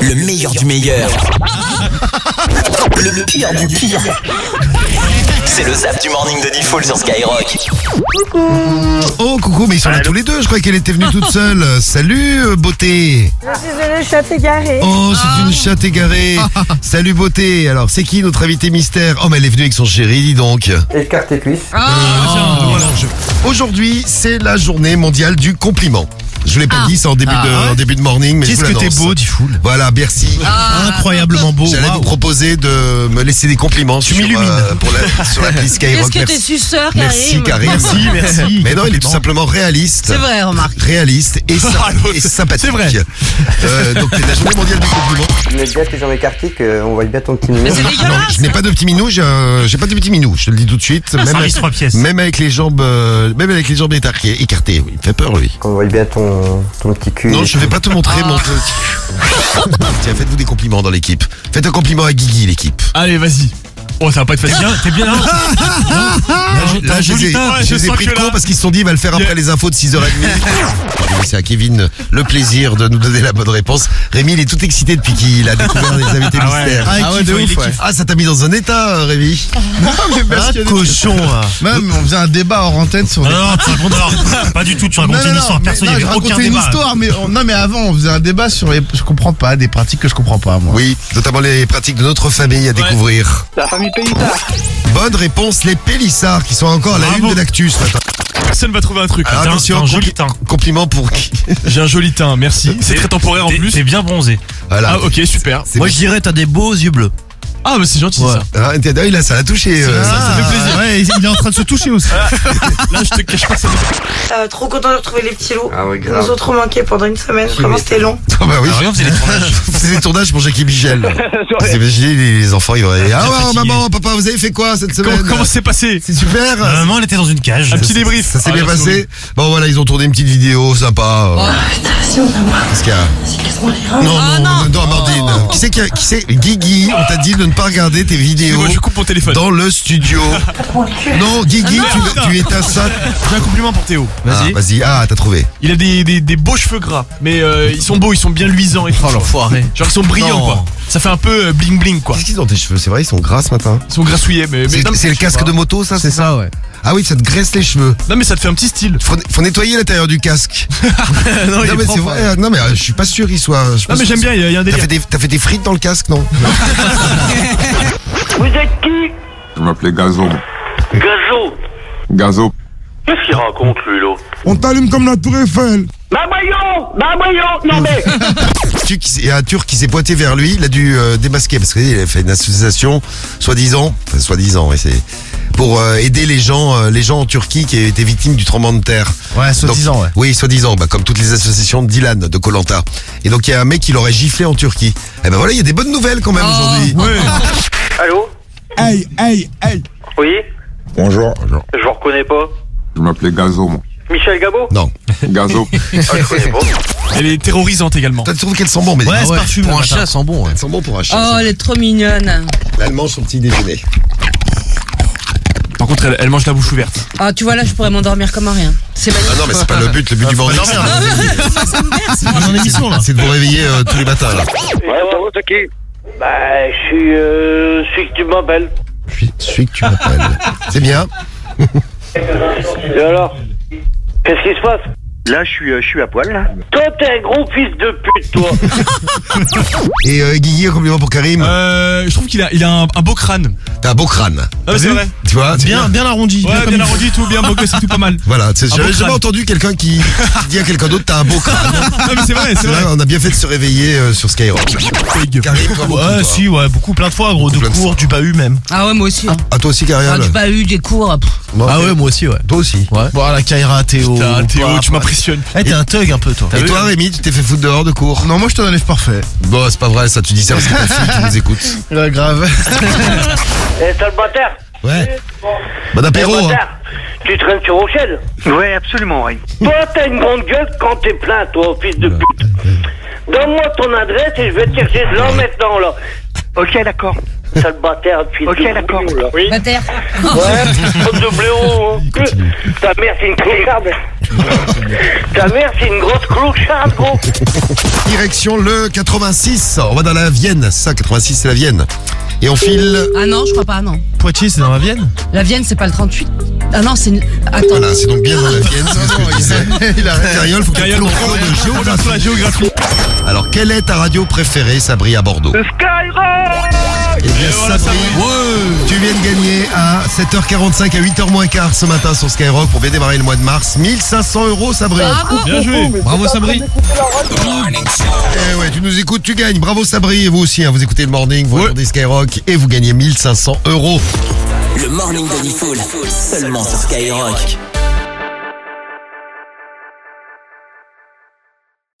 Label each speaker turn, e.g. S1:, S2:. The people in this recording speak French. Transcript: S1: Le meilleur du meilleur. Le pire du pire. C'est le zap du morning de Default sur Skyrock.
S2: Oh coucou, mais ils sont là tous les deux, je croyais qu'elle était venue toute seule. Euh, Salut euh, beauté
S3: Je suis une chatte égarée.
S2: Oh c'est
S4: Ah.
S2: une chatte égarée Salut beauté Alors c'est qui notre invité mystère Oh mais elle est venue avec son chéri, dis donc
S5: Écarte tes cuisses.
S2: Voilà, je- Aujourd'hui c'est la journée mondiale du compliment. Je vous l'ai pas dit, c'est en début, de, en début de morning, mais je
S4: Ah. Qu'est-ce
S2: vous
S4: que t'es
S2: l'annonce.
S4: beau, Diffoul
S2: Voilà, merci.
S4: Ah, Incroyablement beau.
S2: J'allais vous
S4: waouh.
S2: proposer de me laisser des compliments sur,
S4: m'illumines.
S2: euh, pour la, sur l'appli
S6: Qu'est-ce
S2: Skyrock.
S6: que t'es
S2: Merci,
S6: suceur qui
S2: merci
S6: arrive
S2: Karine.
S4: Merci, merci.
S2: Mais non, il est tout simplement réaliste.
S6: C'est vrai, remarque.
S2: Réaliste et, sy-
S4: Ah, l'autre.
S2: et sympathique.
S4: C'est vrai.
S2: Euh, donc, la journée mondiale du compliment.
S5: Je mets bien tes jambes écartées qu'on voit bien ton petit minou.
S6: Mais c'est
S2: Non,
S4: Ah,
S6: dégueulasse
S2: je n'ai pas de petit minou, j'ai un- j'ai pas de petit minou, je te le dis tout de suite. Même,
S4: service Ah, trois pièces.
S2: même avec les jambes, euh, même avec les jambes écarquées- écartées, oui, il me fait peur lui.
S5: Qu'on voit bien ton, ton petit cul.
S2: Non, je vais pas te montrer
S4: Ah.
S2: mon. Tiens, faites-vous des compliments dans l'équipe. Faites un compliment à Guigui, l'équipe.
S4: Allez, vas-y. Oh, ça va pas être facile. T'es bien là
S2: Là,
S4: t'as
S2: je les ai,
S4: joli teint.
S2: je
S4: Je
S2: les ai
S4: sens
S2: pris de
S4: que
S2: court
S4: là-
S2: parce qu'ils se sont dit, ils va le faire après
S4: Yeah.
S2: les infos de 6h30. C'est à Kevin le plaisir de nous donner la bonne réponse. Rémi, il est tout excité depuis qu'il a découvert les invités
S4: Ah ouais.
S2: mystères.
S4: Ah, il Ah ouais, kiffe, de ouais, il ouf, les ouais. kiffe.
S2: Ah, ça t'a mis dans un état, euh, Rémi.
S4: cochon.
S7: Même on faisait un débat hors antenne sur.
S4: Non, non, tu racontes alors. Pas du tout, tu racontes une histoire.
S7: mais-
S4: Perso, il
S7: non,
S4: y avait
S7: je
S4: aucun
S7: racontais une
S4: débat.
S7: histoire, mais on- non, mais avant on faisait un débat sur les. Je comprends pas des pratiques que je comprends pas moi.
S2: Oui, notamment les pratiques de notre famille à découvrir.
S8: La famille Pélissard.
S2: Bonne réponse, les Pélissards qui sont encore à la
S4: Bravo.
S2: une de l'actu ce matin.
S4: Personne va trouver Ah, un truc.
S2: Alors, attention,
S4: J'ai un joli
S2: compli-
S4: teint.
S2: compliment pour qui
S4: J'ai un joli teint, merci. C'est très temporaire en plus. T'es bien bronzé.
S2: Voilà.
S4: Ah, ok, super.
S2: C'est- Moi, je
S4: dirais, t'as des beaux yeux bleus. Ah, bah c'est gentil ça.
S2: Ah, t'as- là, ça a touché. euh,
S4: ça fait plaisir.
S7: Ouais, il est en train de se toucher aussi.
S4: Là, je te cache pas ça.
S3: Euh, trop content de retrouver les petits loups.
S5: Ah ouais,
S3: Ils
S5: grave.
S3: nous ont trop manqué pendant une semaine. Vraiment, c'était long.
S2: Ah bah oui.
S4: Ah, regarde, vous avez des tournages.
S2: C'est des tournages pour Jackie Michel. Vous imaginez les, les enfants, ils auraient dit, Ah ouais,
S4: fatigué.
S2: maman, papa, vous avez fait quoi cette semaine
S4: Comment comment euh, c'est passé
S2: C'est super
S4: Maman, elle était dans une cage. Un petit débrief.
S2: Ça s'est
S4: Ah,
S2: bien
S4: là, c'est
S2: passé Bon voilà, ils ont tourné une petite vidéo sympa. euh, Qu'est-ce qu'il y a Non,
S4: Ah,
S2: non, non, non,
S4: Oh.
S2: Amandine. Qui c'est qui a- Qui c'est Guigui, on t'a dit de ne pas regarder tes vidéos
S4: Excusez-moi, je coupe mon téléphone.
S2: dans le studio. Non, Guigui,
S4: Ah,
S2: tu, tu éteins ça.
S4: J'ai un compliment pour Théo. bah.
S2: Ah, Vas-y, ah, t'as trouvé.
S4: Il a des, des, des beaux cheveux gras, mais euh, ils sont beaux, ils sont bien luisants et tout. Genre ils sont brillants
S2: Oh, Non.
S4: quoi. Ça fait un peu euh, bling bling quoi.
S2: Qu'est-ce qu'ils ont dans tes cheveux C'est vrai, ils sont gras ce matin.
S4: Ils sont grassouillés, mais. mais
S2: C'est
S4: non, mais
S2: c'est le
S4: je sais
S2: casque
S4: pas.
S2: de moto, ça C'est ça, ouais. Ah oui, ça te graisse les cheveux.
S4: Non, mais ça te fait un petit style.
S2: Faut, faut nettoyer l'intérieur du casque.
S4: non,
S2: non, mais c'est vrai. Non, mais euh, je suis pas sûr, il soit. je
S4: Non,
S2: pense
S4: mais j'aime bien, il y a- il y a un
S2: T'as
S4: délire.
S2: fait, des, t'as fait des frites dans le casque, non
S8: Vous êtes qui
S9: Je m'appelais Gazo.
S8: Gazo.
S9: Gazo.
S8: Qu'est-ce qu'il raconte lui là
S2: On t'allume comme la tour Eiffel
S8: Bah voyons Bah voyons Non mais
S2: Il y a un Turc qui s'est pointé vers lui, il a dû euh, démasquer parce qu'il a fait une association, soi-disant, enfin soi-disant, ouais, c'est pour euh, aider les gens, euh, les gens en Turquie qui étaient victimes du tremblement de terre.
S7: Ouais,
S2: Donc,
S7: soi-disant, ouais.
S2: Oui, soi-disant, bah, comme toutes les associations de Dylan, de Colanta. Et donc il y a un mec qui l'aurait giflé en Turquie. Et ben voilà, il y a des bonnes nouvelles quand
S4: Oh,
S2: même aujourd'hui.
S8: Allô
S7: Aïe, aïe, aïe.
S8: Oui
S9: Bonjour.
S8: Je vous reconnais pas.
S9: Je m'appelais Gazo, moi.
S8: Michel Gabo
S2: Non.
S9: Gazo.
S8: Ah, je connais pas.
S4: Elle est terrorisante également.
S2: Toi, tu trouves qu'elles sont bonnes, mais
S4: Ouais,
S2: Ah
S4: c'est parfumé,
S2: Pour un
S4: le matin.
S2: chat, elles sont bon. Elles sont bon pour un chat.
S6: Oh, elle est trop mignonne.
S2: Là, elle mange son petit déjeuner.
S4: Par contre, elle, elle mange la bouche ouverte.
S6: Ah, tu vois, là, je pourrais m'endormir comme un rien. C'est magnifique.
S2: Ah non, mais c'est pas le but, le but du
S4: bah
S2: vendredi.
S4: Dans l'émission là.
S2: C'est de vous réveiller euh, tous les matins. Là.
S8: Ouais, ouais, t'es qui Bah, je suis. Euh, celui que tu m'appelles.
S2: Je suis- je suis que tu m'appelles. C'est bien.
S8: Et alors Qu'est-ce qui se passe
S5: Là, je suis, euh, je suis à poil, là.
S8: Toi, t'es un gros fils de pute, toi
S2: Et euh, Guigui, un compliment pour Karim.
S4: Euh, je trouve qu'il a, il a un, un beau crâne.
S2: T'as un beau crâne.
S4: Ah, mais c'est vrai.
S2: Tu vois c'est
S4: Bien, bien arrondi. Ouais, bien arrondi et tout, bien beau gosse et tout, pas mal.
S2: Voilà, c'est-
S4: beau
S2: j'avais jamais
S4: crâne.
S2: entendu quelqu'un qui, qui dit à quelqu'un d'autre t'as un beau crâne.
S4: Non, mais c'est vrai, c'est vrai.
S2: Là, on a bien fait de se réveiller euh, sur Skyrock. Karim, toi, beaucoup, toi.
S4: ouais, beaucoup, plein de fois, gros,
S2: de Plein de cours, fois.
S4: du bahut même.
S6: Ah ouais, moi aussi. hein.
S2: Ah, toi aussi, Karim.
S6: Ah, du pas eu des cours. pff.
S2: Bon,
S7: Ah
S2: ok.
S4: moi aussi, Ah ouais.
S2: Toi aussi.
S4: Ouais.
S7: Bon, la Kaira, Théo.
S4: Putain, Théo,
S7: Bah,
S4: tu m'impressionnes.
S7: Eh, t'es un thug un peu toi.
S2: Et toi, Rémi, tu t'es fait foutre dehors de cours
S7: Non, moi je te relève parfait.
S2: Bon, c'est pas vrai, ça, tu dis ça parce que ta fille qui nous écoute.
S7: Ouais, grave.
S8: Eh, t'as le bâtard
S2: Ouais.
S5: Bah,
S2: Bon
S6: Eh,
S2: apéro, hein.
S8: bâtard Tu traînes sur Rochelle
S5: Ouais, absolument, oui.
S8: Toi, t'as une grande gueule quand t'es plein, toi, fils de pute. Donne-moi ton adresse et je vais te chercher de là maintenant, là.
S5: Ok, d'accord.
S8: sale bâtard, fils
S5: Ok,
S8: de
S5: d'accord.
S8: brouillon, là. Oui.
S6: La terre.
S8: Ouais, faute de blaireau. hein. Ta mère, c'est une clocharde. Ta mère, c'est une grosse clocharde, gros.
S2: Direction le 86. On va dans la Vienne. C'est ça, 86, c'est la Vienne. Et on file.
S6: Ah non, je crois pas, non.
S4: Poitiers, c'est dans la Vienne
S6: La Vienne, c'est pas le 38. Ah non, c'est. une- Attends.
S2: Voilà, c'est donc bien dans la Vienne. C'est ce que je disais.
S7: Il a
S2: Carriole, faut que tu
S4: Carriole,
S2: te
S4: on
S2: prends de géographie.
S4: la géographie.
S2: Alors, quelle est ta radio préférée, Sabri, à Bordeaux Eh bien,
S4: voilà,
S2: Sabri, tu viens de gagner à 7h45 à 8h moins quart ce matin sur Skyrock pour bien démarrer le mois de mars. 1500 euros, Sabri.
S6: Bravo.
S4: Bien joué.
S2: Bravo Sabri. Eh ouais, tu nous écoutes, tu gagnes. Bravo Sabri et vous aussi. hein. vous écoutez le morning, vous regardez Skyrock et vous gagnez 1500 euros.
S1: Le morning de Default, seulement sur Skyrock.